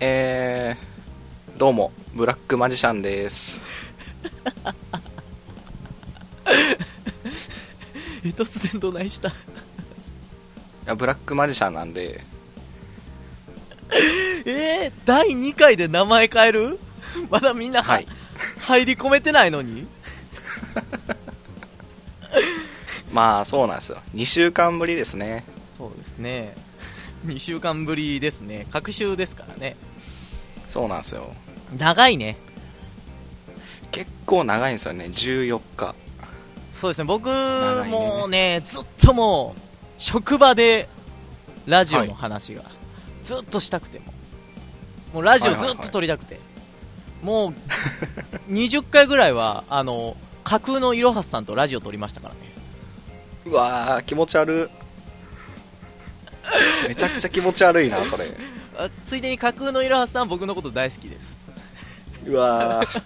えー、どうもブラックマジシャンですえ突然どないした いやブラックマジシャンなんでえー、第2回で名前変える まだみんな、はい入り込めてないのにまあそうなんですよ2週間ぶりですねそうですね2週間ぶりですね隔週ですからねそうなんですよ長いね結構長いんですよね14日そうですね僕長いねもうねずっともう職場でラジオの話が、ずっとしたくてももうラジオはいはいずはいっと撮りたくて、 もう20回ぐらいはあの架空のいろはすさんとラジオ撮りましたからねうわー気持ち悪めちゃくちゃ気持ち悪いなそれあついでに架空のいろはすさん僕のこと大好きですうわー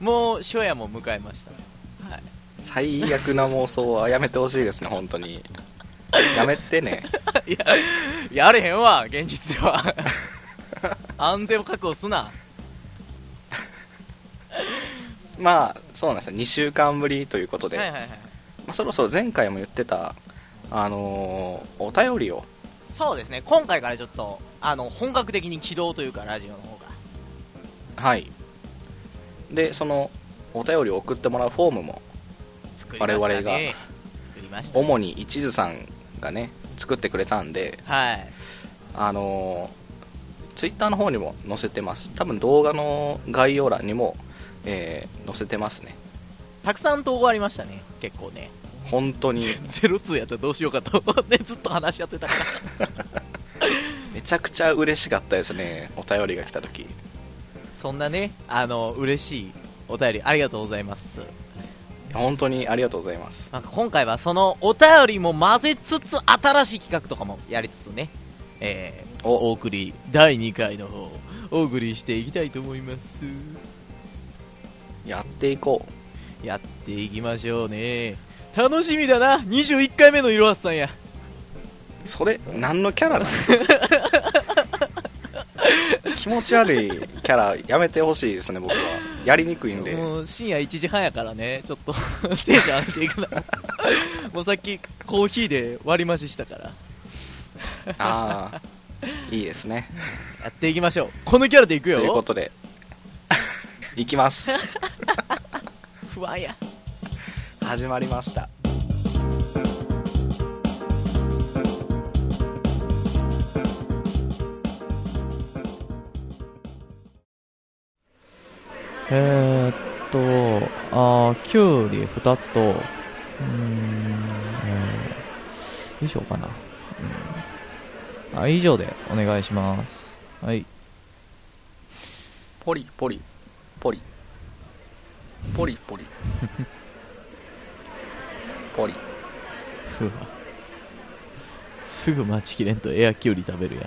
もう初夜も迎えました、 はい、最悪な妄想はやめてほしいですね本当にやめてねいややれへんわ現実で は安全を確保すなまあそうなんですよ2週間ぶりということはで、いはいはいまあ、そろそろ前回も言ってたあのーお便りをそうですね今回からちょっとあの本格的に起動というかラジオの方がはいでそのお便りを送ってもらうフォームも作りましたね我々が作りました主に一途さんがね作ってくれたんではいあのツイッター Twitter の方にも載せてます多分動画の概要欄にも、えー載せてますねたくさん投稿ありましたね結構ね本当に02やったらどうしようかと 思ってずっと話し合ってたからめちゃくちゃ嬉しかったですねお便りが来た時そんなねあの嬉しいお便りありがとうございます本当にありがとうございますなんか今回はそのお便りも混ぜつつ新しい企画とかもやりつつね、えーおお送り第2回の方お送りしていきたいと思いますやっていこうやっていきましょうね楽しみだな21回目のいろはすさんやそれ何のキャラなの気持ち悪いキャラやめてほしいですね僕はやりにくいんでもう深夜1時半やからねちょっと テンション上げて いくなもうさっきコーヒーで割り増ししたからああいいですねやっていきましょうこのキャラでいくとよいうことで いきます不安や始まりましたえー、っと、あーきゅうり2つと、うーん、えー以上かな、うんあ。以上でお願いします。はい。ポリポリポリポリポリポリふわ。すぐ待ちきれんとエアきゅうり食べるやん。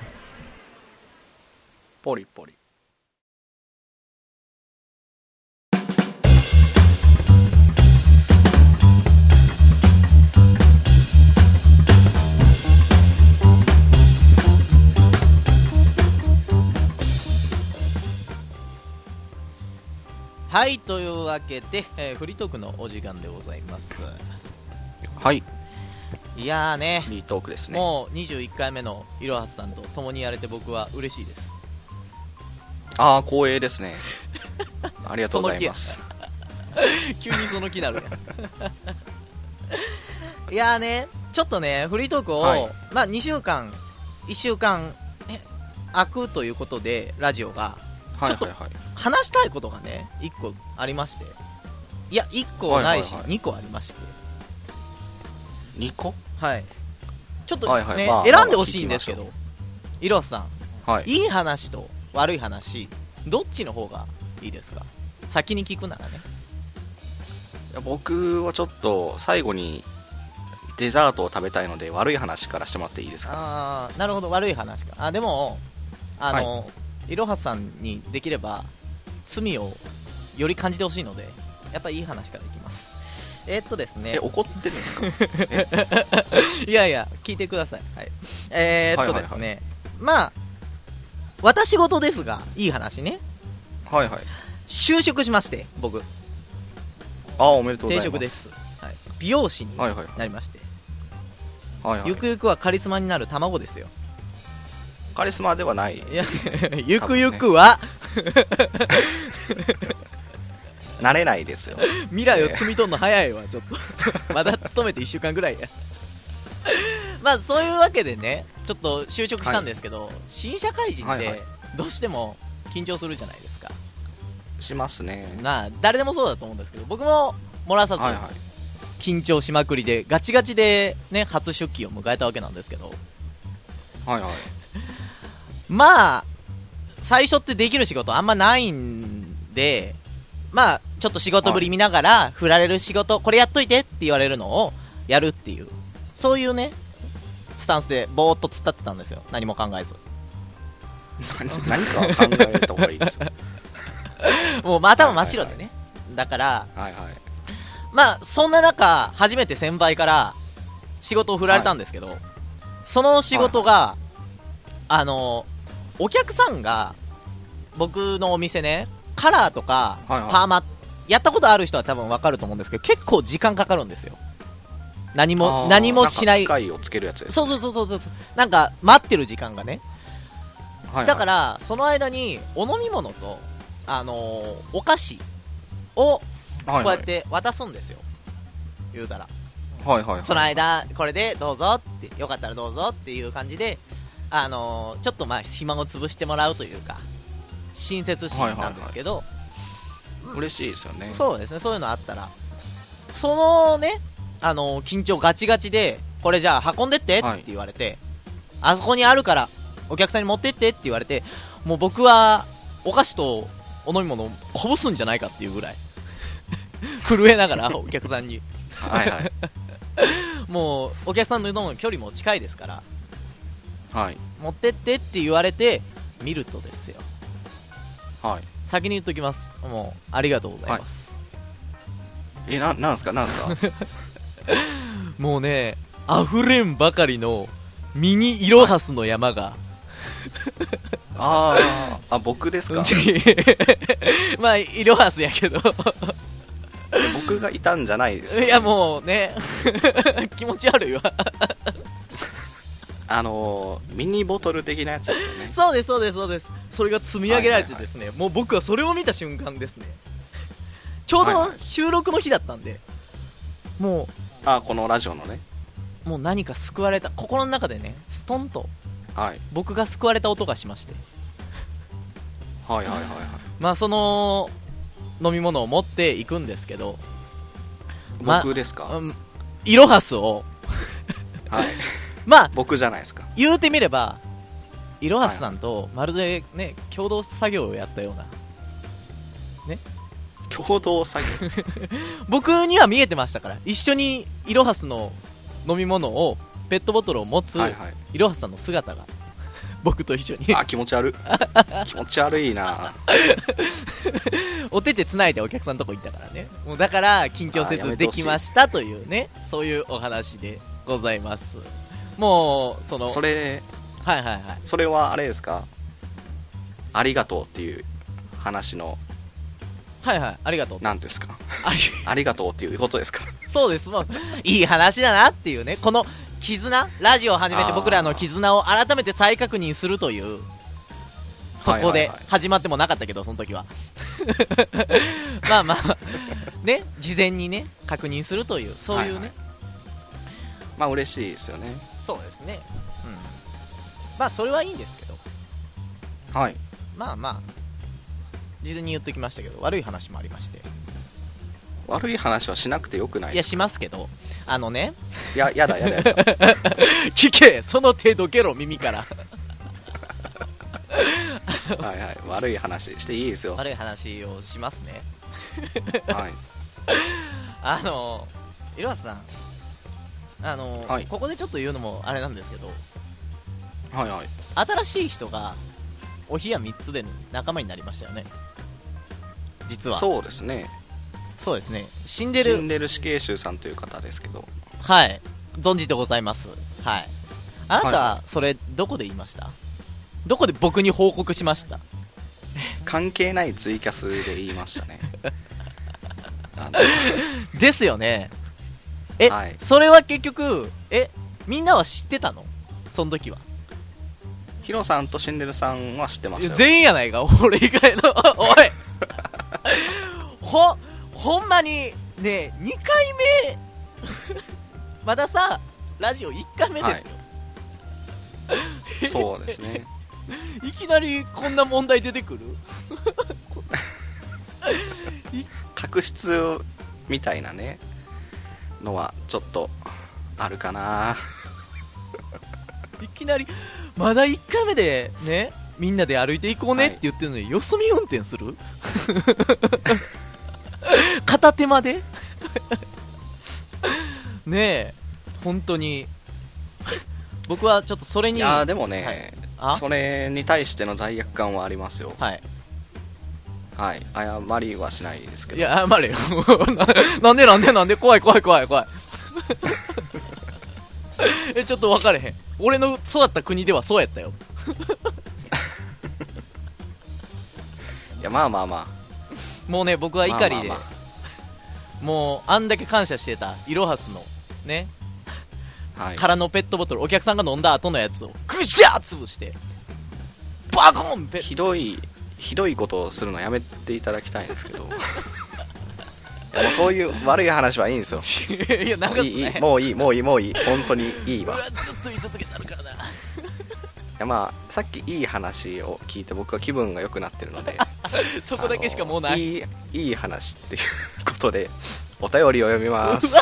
ポリポリはい、というわけで、えーフリートークのお時間でございます。はいいやーね、リートークですねもう21回目のいろはすさんと共にやれて僕は嬉しいです。ああ光栄です ねありがとうございます急にその気なる やんいやーねちょっとねフリートークを、はいまあ2週間1週間え開くということでラジオがはいの時はいはい話したいことがね1個ありましていや1個ないし、はいはいはい2個ありまして2個はいちょっとね、はいはいまあ選んでほしいんですけどいろはさんはいいい話と悪い話どっちの方がいいですか先に聞くならね僕はちょっと最後にデザートを食べたいので悪い話からしてもらっていいですかああなるほど悪い話かあでもあの、いろはさんにできれば罪をより感じてほしいのでやっぱいい話からいきますえっとですねえ怒ってるんですかいやいや聞いてくださいはいえーっとですね、まあ私事ですがいい話ねはいはい就職しまして僕あおめでとうござい転ます職です、はい、美容師にはいはいなりまして、はいはいゆくゆくはカリスマになる卵ですよカリスマではないいやゆくゆくはなれない ですよ未来を摘み取るの早いわちょっと まだ勤めて1週間ぐらいや まあそういうわけでねちょっと就職したんですけど、新社会人っはいはていどうしても緊張するじゃないですか、しますねまあ誰でもそうだと思うんですけど僕も漏らさずはいはい緊張しまくりでガチガチでね初出勤を迎えたわけなんですけどはいはいまあ最初ってできる仕事あんまないんでまあちょっと仕事ぶり見ながら振られる仕事これやっといてって言われるのをやるっていうそういうねスタンスでぼーっと突っ立ってたんですよ何も考えず何何かは考えた方がいい ですよもうまあ頭真っ白でね、だからはいはいまあそんな中初めて先輩から仕事を振られたんですけど、その仕事が、あのお客さんが僕のお店ねカラーとかパはいはいーマ、やったことある人は多分わかると思うんですけど結構時間かかるんですよ何あもー何もしないんか機械をつけるやつですそうそうそうそうそうなんか待ってる時間がねはいだかららその間にお飲み物とあのお菓子をこうやって渡すんですよ、言うたらはいはいはいその間これでどうぞってよかったらどうぞっていう感じであのーちょっとまあ暇を潰してもらうというか親切心なんですけど、嬉しいですよねそうですねそういうのあったらそのねあのー緊張ガチガチでこれじゃあ運んでってってはい言われて、あそこにあるからお客さんに持ってってって言われてもう僕はお菓子とお飲み物をこぼすんじゃないかっていうぐら い震えながらお客さんにはいはいもうお客さんの飲む距離も近いですからはい持ってってって言われて見るとですよはい先に言っときますもうありがとうございます、えななんすかなんす かもうね溢れんばかりのミニイロハスの山が、あーあ僕ですか まあイロハスやけど僕がいたんじゃないですよいやもうね 気持ち悪いわあのーミニボトル的なやつですよねそうですそうですそうですそれが積み上げられてはいはいはいですね、もう僕はそれを見た瞬間ですねちょうはいど収録の日だったんでもうあこのラジオのねもう何か救われた心の中でねストンとはい僕が救われた音がしましてはいはいはいはいまあその飲み物を持っていくんですけどま僕ですか、うんイロハスをはいまあ僕じゃないですか言うてみればイロハスさんとまるでね共同作業をやったような共同作業僕には見えてましたから一緒にイロハスの飲み物をペットボトルを持つはいはい イロハスさんの姿が僕と一緒にあ気持ち悪 い気持ち悪いなお手手つないでお客さんのとこ行ったからねもうだから緊張せあーやずめてでほしいきましたというねそういうお話でございますもうそのそれはいはいはいそれはあれですかありがとうっていう話のはいはいありがとう何です かありありがとうっていうことですかそうですもういい話だなっていうねこの絆ラジオを始めてあー僕らの絆を改めて再確認するというそこはいではいはい始まってもなかったけどその時は まあまあね事前にね確認するというそういうね、はいはいまあ嬉しいですよねそうですねうんまあそれはいいんですけどはいまあまあ事前に言ってきましたけど悪い話もありまして悪い話はしなくてよくないいやしますけどあのねいややだやだ やだ聞けその手どけろ耳からはいはい悪い話していいですよは 悪い話をしますねいあのいろはさんあの、はいここでちょっと言うのもあれなんですけどはいはい新しい人がお冷や3つで仲間になりましたよね実はそそううですねですね死んでシるンデル死刑囚さんという方ですけどはい存じてございますはいあなた、はそれどこで言いましたどこで僕に報告しました関係ないツイキャスで言いま したねあのですよねえ、はいそれは結局えみんなは知ってたのその時はヒロさんとシンデレさんは知ってましたよ全員やないか俺 以外のおいほほんまにね2回目 まださラジオ1回目ですそよ、うですねいきなりこんな問題出てくる確執みたいなねのはちょっとあるかないきなりまだ1回目でねみんなで歩いていこうねって言ってるのに、よそ見運転する 片手間で ねえ本当に僕はちょっとそれいにやーでもね、あそれに対しての罪悪感はありますよはいはい謝りはしないですけいどや謝れよ なんでなんでなんで怖い怖い怖い怖 いえちょっと分かれへん俺の育った国ではそうやったよいやまあまあまもうね僕あは怒りで、まあまもうあんだけ感謝してたイロハスのね、あまあはい空のペットボトルお客さんが飲んだ後のやつをぐしゃー潰してバコンペひどいひどいことをするのやめていただきたいんですけど いやもうそういう悪い話はいいんですよいやなんもかうっすいいいいねもういいもういいもういい本当にいいうわわずっと言い続けたるからないやまあさっきいい話を聞いて僕は気分が良くなってるので そこだけしかもうなあのいいいいい話っていうことで お便りを読みまうわす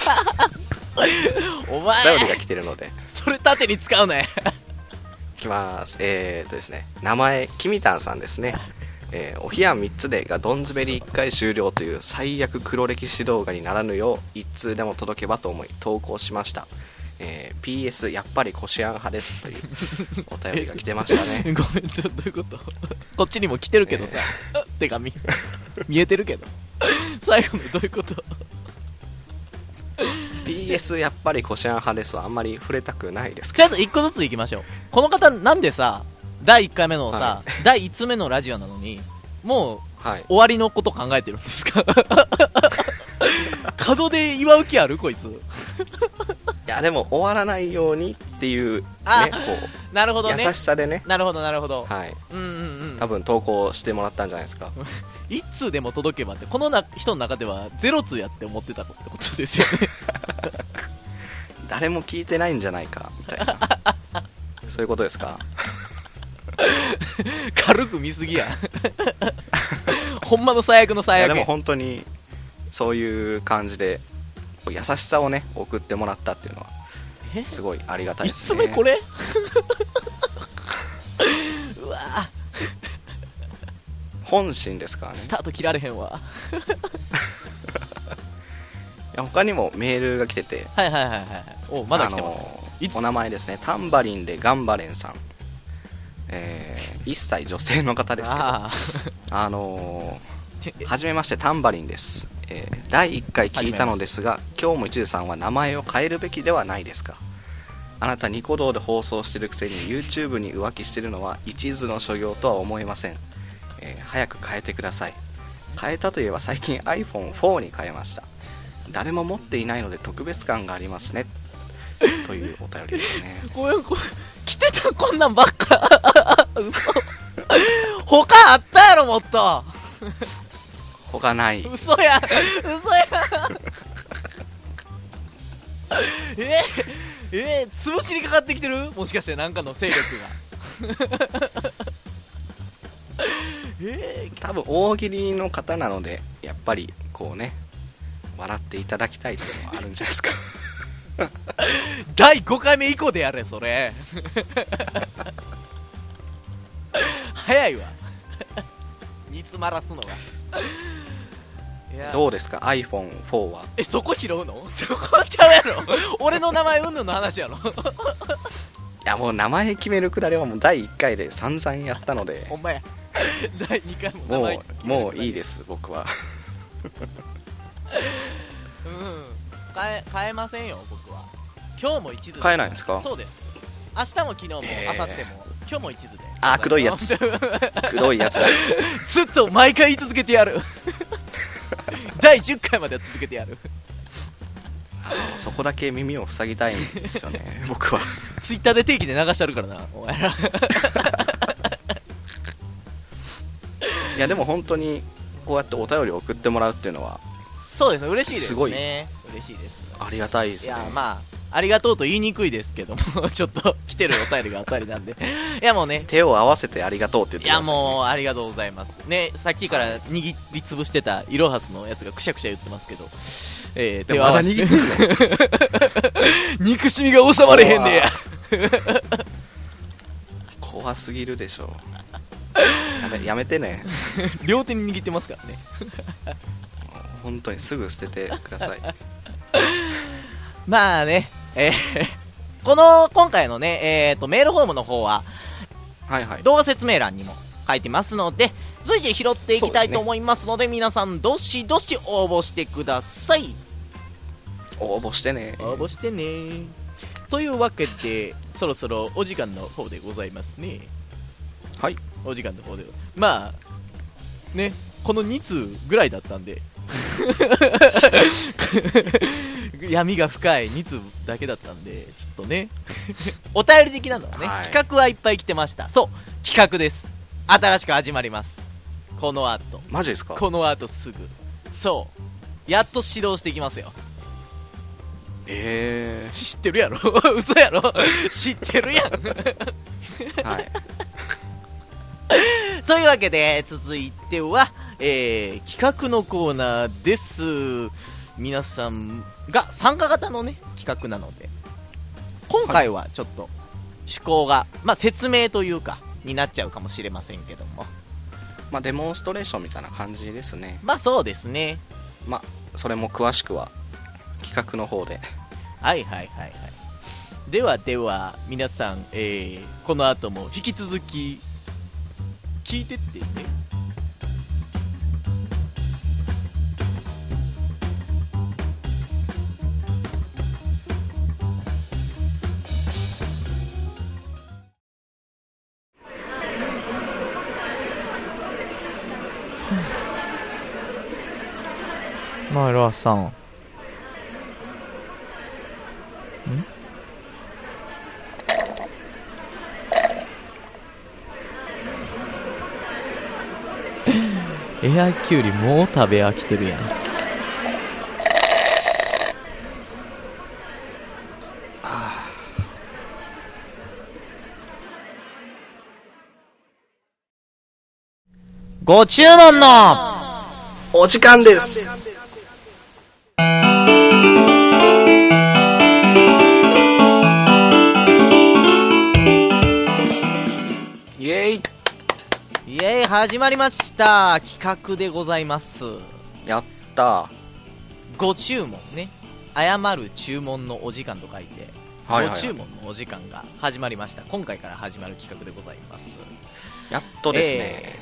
おお便前りが来てるのでそれ縦に使うねいきますえー、っとですね名前きみたんさんですねえーお冷や3つでがどん滑り1回終了という最悪黒歴史動画にならぬよう一通でも届けばと思い投稿しました、えー PS やっぱりこしあん派ですという お便りが来てましたご めねんどどういうことこっちにも来てるけどさ、手紙見えてる けど最後のどういうこと PS やっぱりこしあん派ですはあんまり触れたくないですけどちょっと一個ずついきましょうこの方なんでさ第1回目のさ、は第1つ目のラジオなのにもはい、う終わりのこと考えてるんですか 角で祝う気あるこいついやでも終わらないようにっていうねあこなるほうどね優しさでね、なるほどなるほど、はい、うんうんう多ん分投稿してもらったんじゃないですか一通でも届けばってこのな人の中ではゼロ通やって思ってたってことですよね 誰も聞いてないんじゃないかみたい なそういうことですか軽く見すぎや ほんまの最悪のい最や悪でやも本当にそういう感じでこう優しさをね送ってもらったっていうのはえすごいありがたいで一すつね目これうわぁ本心ですからねスタート切られへんわいや他にもメールが来ててはいはいはいはいおまだ来てますあねのいつお名前ですねタンバリンでガンバレンさんえー、1歳女性の方ですけどああのてーはじめましてタンバリンです、えー第1回聞いたのですが今日も一途さんは名前を変えるべきではないですかあなたニコ動で放送してるくせに YouTube に浮気してるのは一途の所業とは思えません、えー早く変えてください変えたといえば最近 iPhone4 に変えました誰も持っていないので特別感がありますねというお便りですねごめんごめん来てたこんなんばっか嘘他あったやろもっと他ない嘘や嘘やええ潰しにかかってきてるもしかしてなんかの勢力がえ多分大喜利の方なのでやっぱりこうね笑っていただきたいっていうのはあるんじゃないですか第5回目以降でやれそれ早いわ煮詰まらすのがいやどうですか iPhone4 はえそこ拾うの そこちゃうや ろ俺の名前うんぬんの話やいろ やもう名前決めるくだりはもう第1回で散々やったのでほんまや第2回も名も前うもういいです僕はうん変え変えませんよ僕は今日も一途変えないんですかそうです明日も昨日もえ明ー後日も今日も一途であー黒いや つ黒いやつだ ずっと毎回言い続けてやる 第10回までは続けてやるあのそこだけ耳を塞ぎたいんですよね僕はツイッターで定期で流してあるからなお前らいやでも本当にこうやってお便りを送ってもらうっていうのはそうですね嬉しいですねすごい嬉しいですありがたいですいねやまあありがとうと言いにくいですけどもちょっと来てるお便りがあったり なんでいやもうね手を合わせてありがとうって言っいてくだやさい、ね、もうありがとうございますねさっきから握りつぶしてたイロハスのやつがくしゃくしゃ言ってますけどえー、で手もはまだ合わせ握てってんの 憎しみが収まれへんねや怖すぎるでしょやめやめてね両手に握ってますからね本当にすぐ捨ててくださいまあね、えー この今回のね、えー、とメールフォームの方ははいはい動画説明欄にも書いてますので随時拾っていきたそうですいねと思いますので皆さんどしどし応募してください応募してね応募してねというわけでそろそろお時間の方でございますねはいお時間の方でまあねこの2通ぐらいだったんで 闇が深い2通だけだったんでちょっとねお便り的なのはね、はい企画はいっぱい来てましたそう企画です新しく始まりますこの後マジですかこの後すぐそうやっと始動していきますよえ知ってるやろ 嘘やろ知ってるやん えはいというわけで続いては、えー企画のコーナーです皆さんが参加型のね企画なので今回はちょっと趣向が、まあ、説明というかになっちゃうかもしれませんけども まあデモンストレーションみたいな感じですねまあそうですねまあそれも詳しくは企画の方ではいはいはいはいではでは皆さん、えーこの後も引き続き聞いてってねなあラさんエアキュウリもう食べ飽きてるやんご注文のお時間ですイエーイイエーイ始まりました企画でございますやったご注文ね謝る注文のお時間と書いてーはいごは注い文のお時間が始まりました今回から始まる企画でございますやっとですね、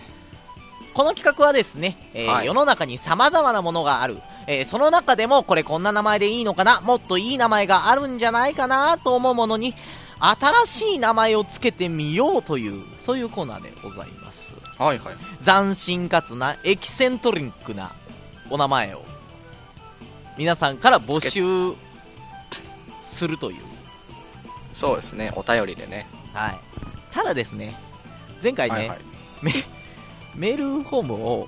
この企画はですね、えーはい世の中に様々なものがある、えーその中でもこれこんな名前でいいのかなもっといい名前があるんじゃないかなと思うものに新しい名前をつけてみようというそういうコーナーでございますはいはい斬新かつなエキセントリックなお名前を皆さんから募集するというそうですねお便りでねはいただですね前回ね、はいはいメールフォームを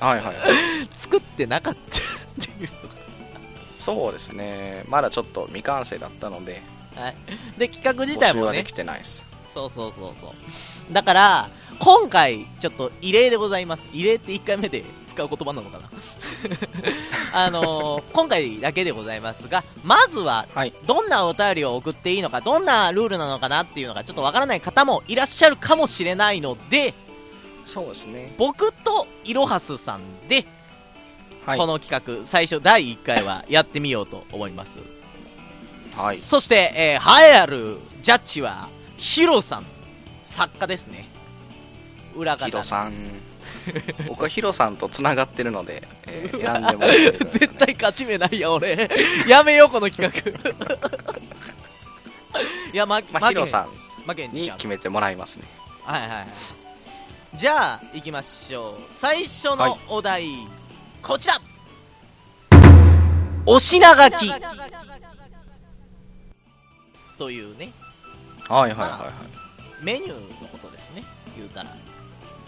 はいはい作ってなかったっていうそうですねまだちょっと未完成だったのでで企画自募体集もはでねきてないですそうそうそうそうだから今回ちょっと異例でございます異例って1回目で使う言葉なのかな あのー今回だけでございますがまずははいどんなお便りを送っていいのかどんなルールなのかなっていうのがちょっとわからない方もいらっしゃるかもしれないのでそうですね僕といろはすさんではいこの企画最初第1回はやってみようと思いますはいそして、えー、栄えあるジャッジはヒロさん作家ですね裏方ヒロさん僕はヒロさんとつながってるので、え ー選んでもらってるんですよね絶対勝ち目ないや俺 やめようこの企画 いや、ま、まあ、ヒロさんまあ、現地にちゃん決めてもらいますねはいはいはいじゃあ行きましょう最初はいのお題、こちらお品書きというねはいはいはいメニューのことですね言うたら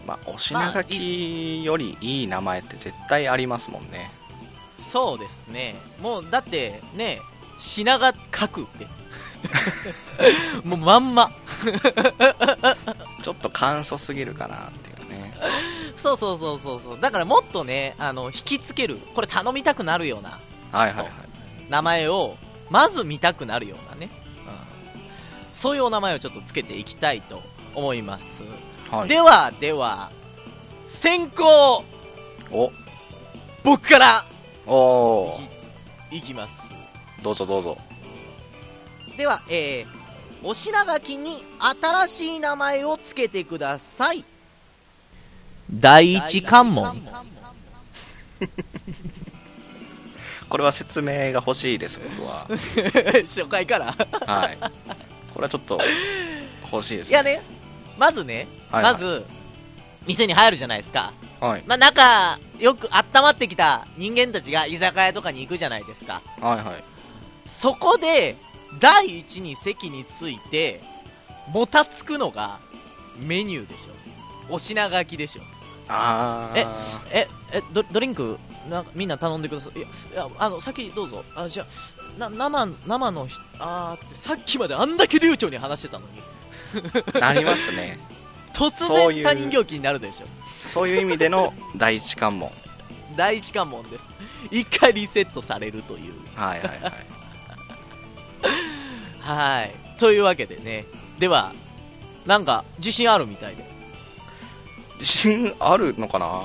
まあお品書きよりいい名前って絶対ありますもんねそうですねもうだってね品が書くって もうまんまちょっと簡素すぎるかなっていうねそうそうそうそうそうだからもっとねあの引きつけるこれ頼みたくなるようなはいはいはい名前をまず見たくなるようなね、うん、そういうお名前をちょっとつけていきたいと思います、はいではでは先行お僕からおーいきいきますどうぞどうぞではえーお品書きに新しい名前をつけてください第一関門 これは説明が欲しいです僕は 初回からはいこれはちょっと欲しいですいねやねまずね、はいはいまず店に入るじゃないですかはいまあ、仲よく温まってきた人間たちが居酒屋とかに行くじゃないですかはいはいそこで第一に席についてもたつくのがメニューでしょお品書きでしょあえあええドドリンクなみんな頼んでくださいいやいやあの先どうぞあじゃあな生生のひあーってさっきまであんだけ流暢に話してたのに なりますね突そうい然う他人行儀になるでしょそういう意味での第一関門第一関門です一回リセットされるというはいはいはいはいというわけでねではなんか自信あるみたいで自信あるのかな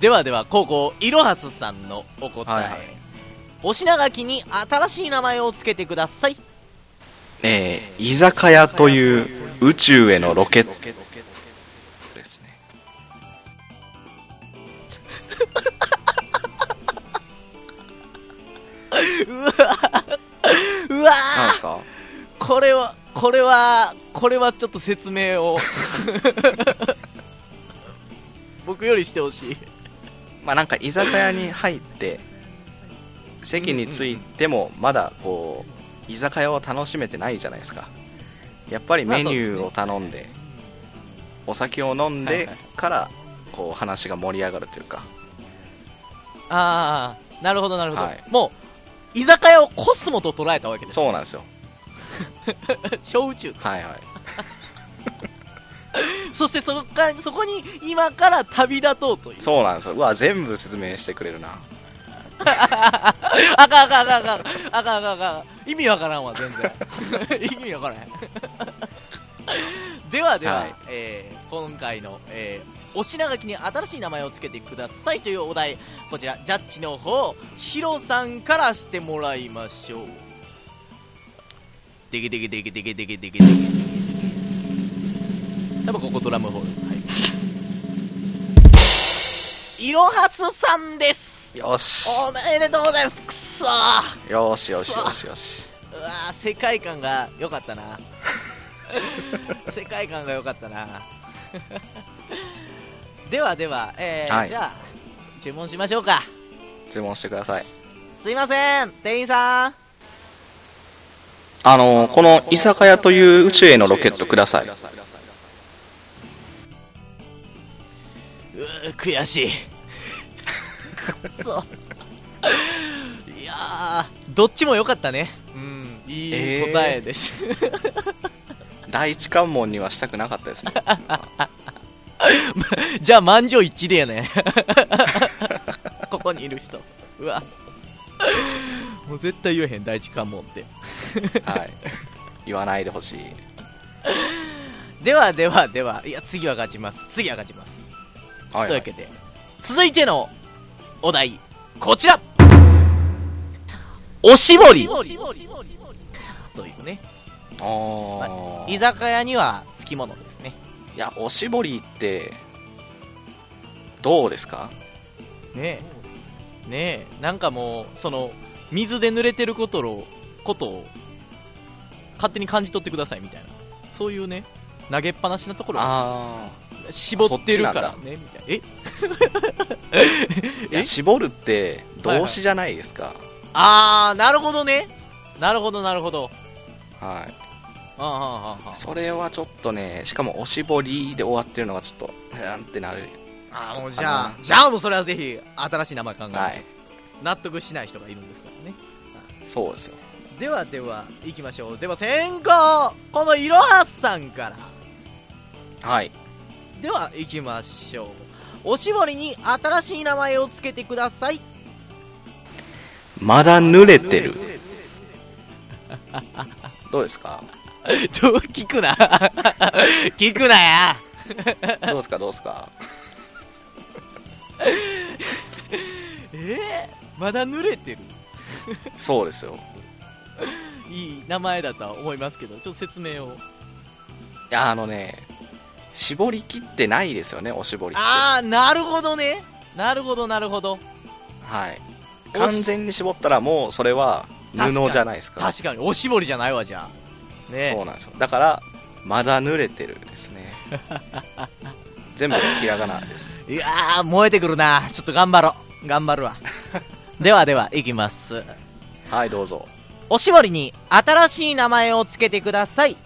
ではでは高校いろはすさんのお答え、はいはいお品書きに新しい名前をつけてくださいえー、居酒屋という宇宙へのロケットですねなんでうわーすかこれはこれはこれはちょっと説明 を僕よりしてほしいまあなんか居酒屋に入って席に着いてもまだこう居酒屋を楽しめてないじゃないですかやっぱりメニューを頼んでお酒を飲んはいではいからこう話が盛り上がるというかああなるほどなるほど、はいもう居酒屋をコスモと捉えたわけですそうなんですよ小宇宙はいはいそしてそこからそこに今から旅立とうというそうなんですようわ全部説明してくれるな あかんあかんあかんあかんあかんあかんあかん意味わからんわ全然意味わからへん ではでは、はいえー今回の、えーお品書きに新しい名前をつけてくださいというお題こちらジャッジの方ヒロさんからしてもらいましょうでけでけでけでけでけでけでけ多分ここドラムホールはいいろはすさんですよしおめでとうございますくっそーよしよしよしよしうわー世界観が良かったな 世界観が良かったな ではでは、えーはいじゃあ注文しましょうか注文してくださいすいません店員さんあのこの居酒屋という宇宙へのロケットくださいうー悔しいくっそいやーどっちも良かったねうんいいえー答えです、第一関門にはしたくなかったですねじゃあ満場一致でやね ここにいる人うわもう絶対言えへん第一関門ってはい言わないでほしいではではではいや次は勝ちます次は勝ちます、はい、はいというわけで続いてのお題こちらおしぼりというね、あまあー居酒屋にはつきものですねいやおしぼりってどうですかねえねえなんかもうその水で濡れてることをことを勝手に感じ取ってくださいみたいなそういうね投げっぱなしのところをあ絞ってるかそらっねみたいなえあいや絞るって動詞じゃないですかあーなるほどねなるほどなるほどはい、あああああそれはちょっとねしかもおしぼりで終わってるのがちょっとなんってなるあーもうじゃああのじゃあもうそれはぜひ新しい名前考えましょう、はい納得しない人がいるんですからねそうですよではでは行きましょうでは先行このいろはさんからはいでは行きましょうおしぼりに新しい名前をつけてくださいまだ濡れてるどうですかどう聞くな 聞くなや どうですかどうです かええまだ濡れてるそうですよいい名前だとは思いますけどちょっと説明をいやあのね絞り切ってないですよねおしぼりってああなるほどねなるほどなるほどはい完全に絞ったらもうそれは布じゃないですか確かにおしぼりじゃないわじゃあねそうなんですよだからまだ濡れてるですね 全部ひらがなですいやー燃えてくるなちょっと頑張ろう頑張る わではでは行きますはいどうぞおしぼりに新しい名前をつけてください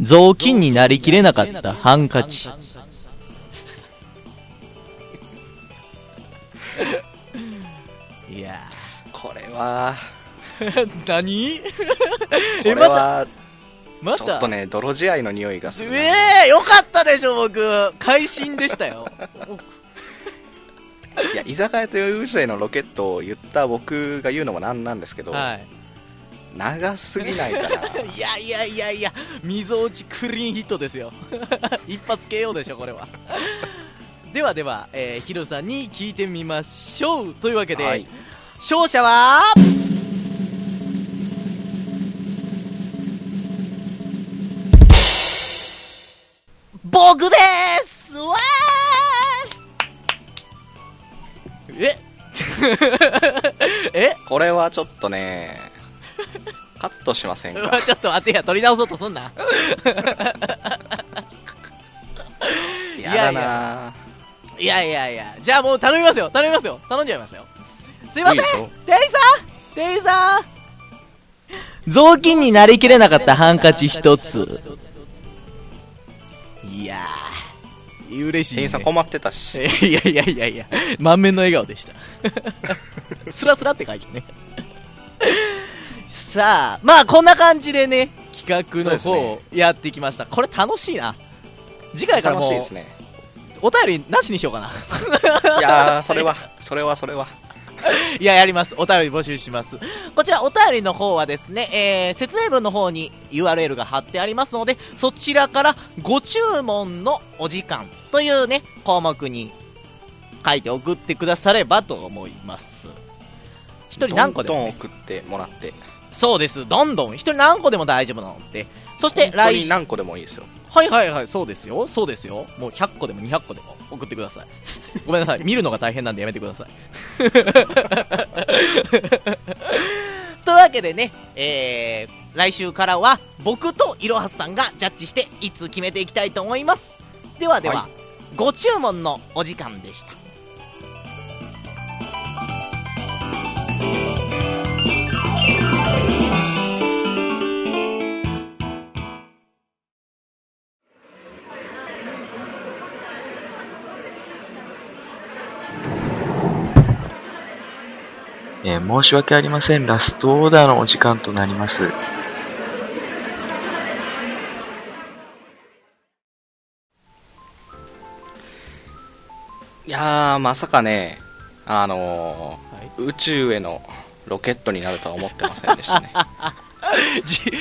雑巾になりきれなかったハンカチいや これはー何こえれまたはまちょたっとね泥仕合の匂いがすえるえよかったでしょ僕会心でし たよいや居酒屋という時代のロケットを言った僕が言うのもなんなんですけど、はい長すぎないかないやいやいやいや、溝落ちクリーンヒットですよ。 一発 KO でしょ、これは。 ではでは、えーヒロさんに聞いてみましょう。というわけで、はい勝者は僕ですわーえ え これはちょっとねカットしませんうか わちょっと待てや取り直そうとすんなやだないいやいやいやじゃあもう頼みますよ頼みますよ頼んじゃいますよすいませいんいですよ店員さん店員さん雑巾になりきれなかったハンカチ一ついやー嬉しい、店ね、員さん困ってたしいやいやいやいや、満面の笑顔でした。 スラスラって書いてね。さあ、まあこんな感じでね、企画の方そうをやってきました。これ楽しいな。次回から楽もうしいですねお便りなしにしようかな。いやーそれはそれはそれはいや、やります。お便り募集します。こちら、お便りの方はですね、えー、説明文の方に URL が貼ってありますので、そちらからご注文のお時間というね、項目に書いて送ってくださればと思います。一人何個でも、どんどんね、送ってもらってそうです。どんどん。一人何個でも大丈夫なので。そして本当来に週。何個でもいいですよはいはいはい、そうですよ。そうですよ。もう100個でも200個でも送ってください。 ごめんなさい。見るのが大変なんでやめてください。 というわけでね、えー、来週からは僕といろはさんがジャッジしていつ決めていきたいと思います。ではでは、はご注文のお時間でした。えー申し訳ありません。ラストオーダーのお時間となります。いやーまさかねあのー宇宙へのロケットになるとは思ってませんで したね じ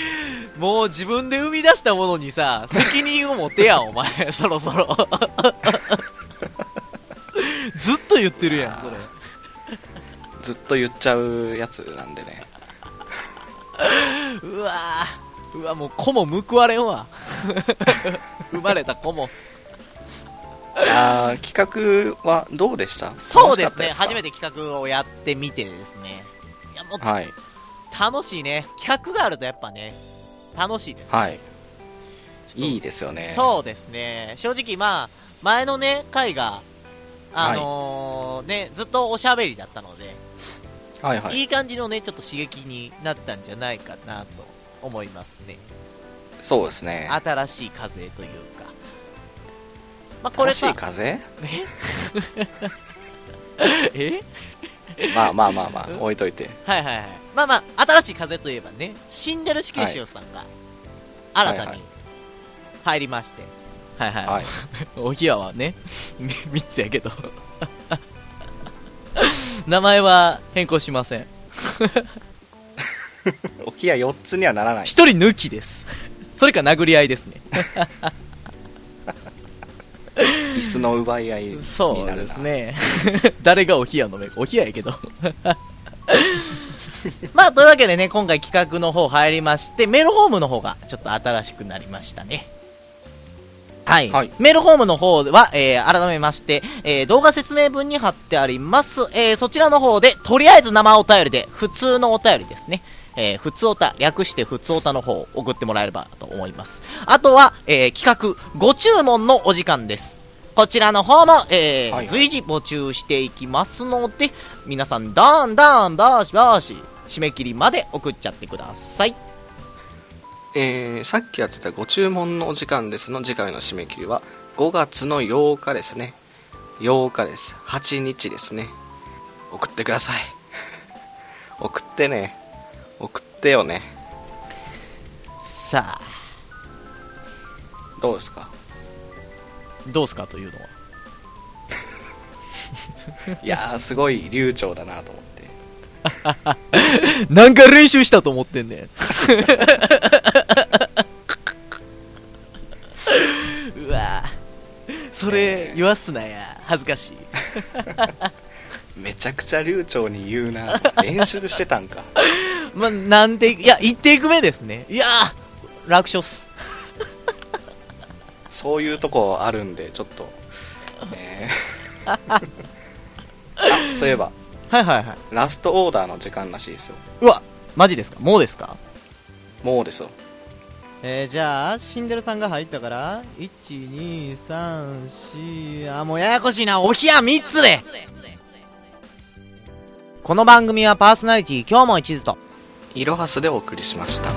もう自分で生み出したものにさ責任を持て やお前そろそ ろずっと言ってるやんそれずっと言っちゃうやつなんでねうわーうわもう子も報われんわ 生まれた子もいやー企画はどうでしたそうですね楽しか初っためて企画をやってみてですねいやもうかはい楽しいね企画があるとやっぱね楽しいですはいちょっといいですよねそうですね正直まあ前のね回があのーねずっとおしゃべりだったので、はいはいい、い感じのねちょっと刺激になったんじゃないかなと思いますねそうですね新しい風というかまあこれ楽しさい風えまあまあまあまあうん置いといてはいはいはいまあまあ新しい風といえばねシンデル死刑囚さんが新はいたはにい入りましてはい はい、 はいおひやはね3 つやけど名前は変更しませんおきや4つにはなら ない一人抜きですそれか殴り合いですね椅子の奪い合いになるなそうですね誰がお冷やのめお冷ややけど まあというわけでね今回企画の方入りましてメールホームの方がちょっと新しくなりましたねはい、はいメールホームの方は、えー改めまして、えー動画説明文に貼ってあります、えーそちらの方でとりあえず生お便りで普通のお便りですねえー、ふつおた、略してふつおたの方、送ってもらえればと思います。あとは、えー企画、ご注文のお時間です。こちらの方も、えーはいはい随時募集していきますので、皆さん、どんどん、どしどし、締め切りまで送っちゃってください。えーさっきやってたご注文のお時間ですの次回の締め切りは5月の8日ですね8日です8日ですね送ってください 送ってね送ってよねさあ、どうですかどうすかと いうのは。いやーすごい流暢だなと思って何回練習したと思 ってんねん。うわぁそれ、言わすなや。恥ずかしい。めちゃくちゃ流暢に言うな練習してたんかまあ、なんて、いや、1テイク目ですね。いやー、楽勝っす。そういうとこあるんでちょっとね あそういえばはいはいはい。ラストオーダーの時間らしいですようわ、マジですかもうですかもうですよえー、じゃあ、シンデレさんが入ったから、1、2、3、4、あ、もうややこしいな、おひや3つでこの番組はパーソナリティ、今日も一途と。いろはすでお送りしました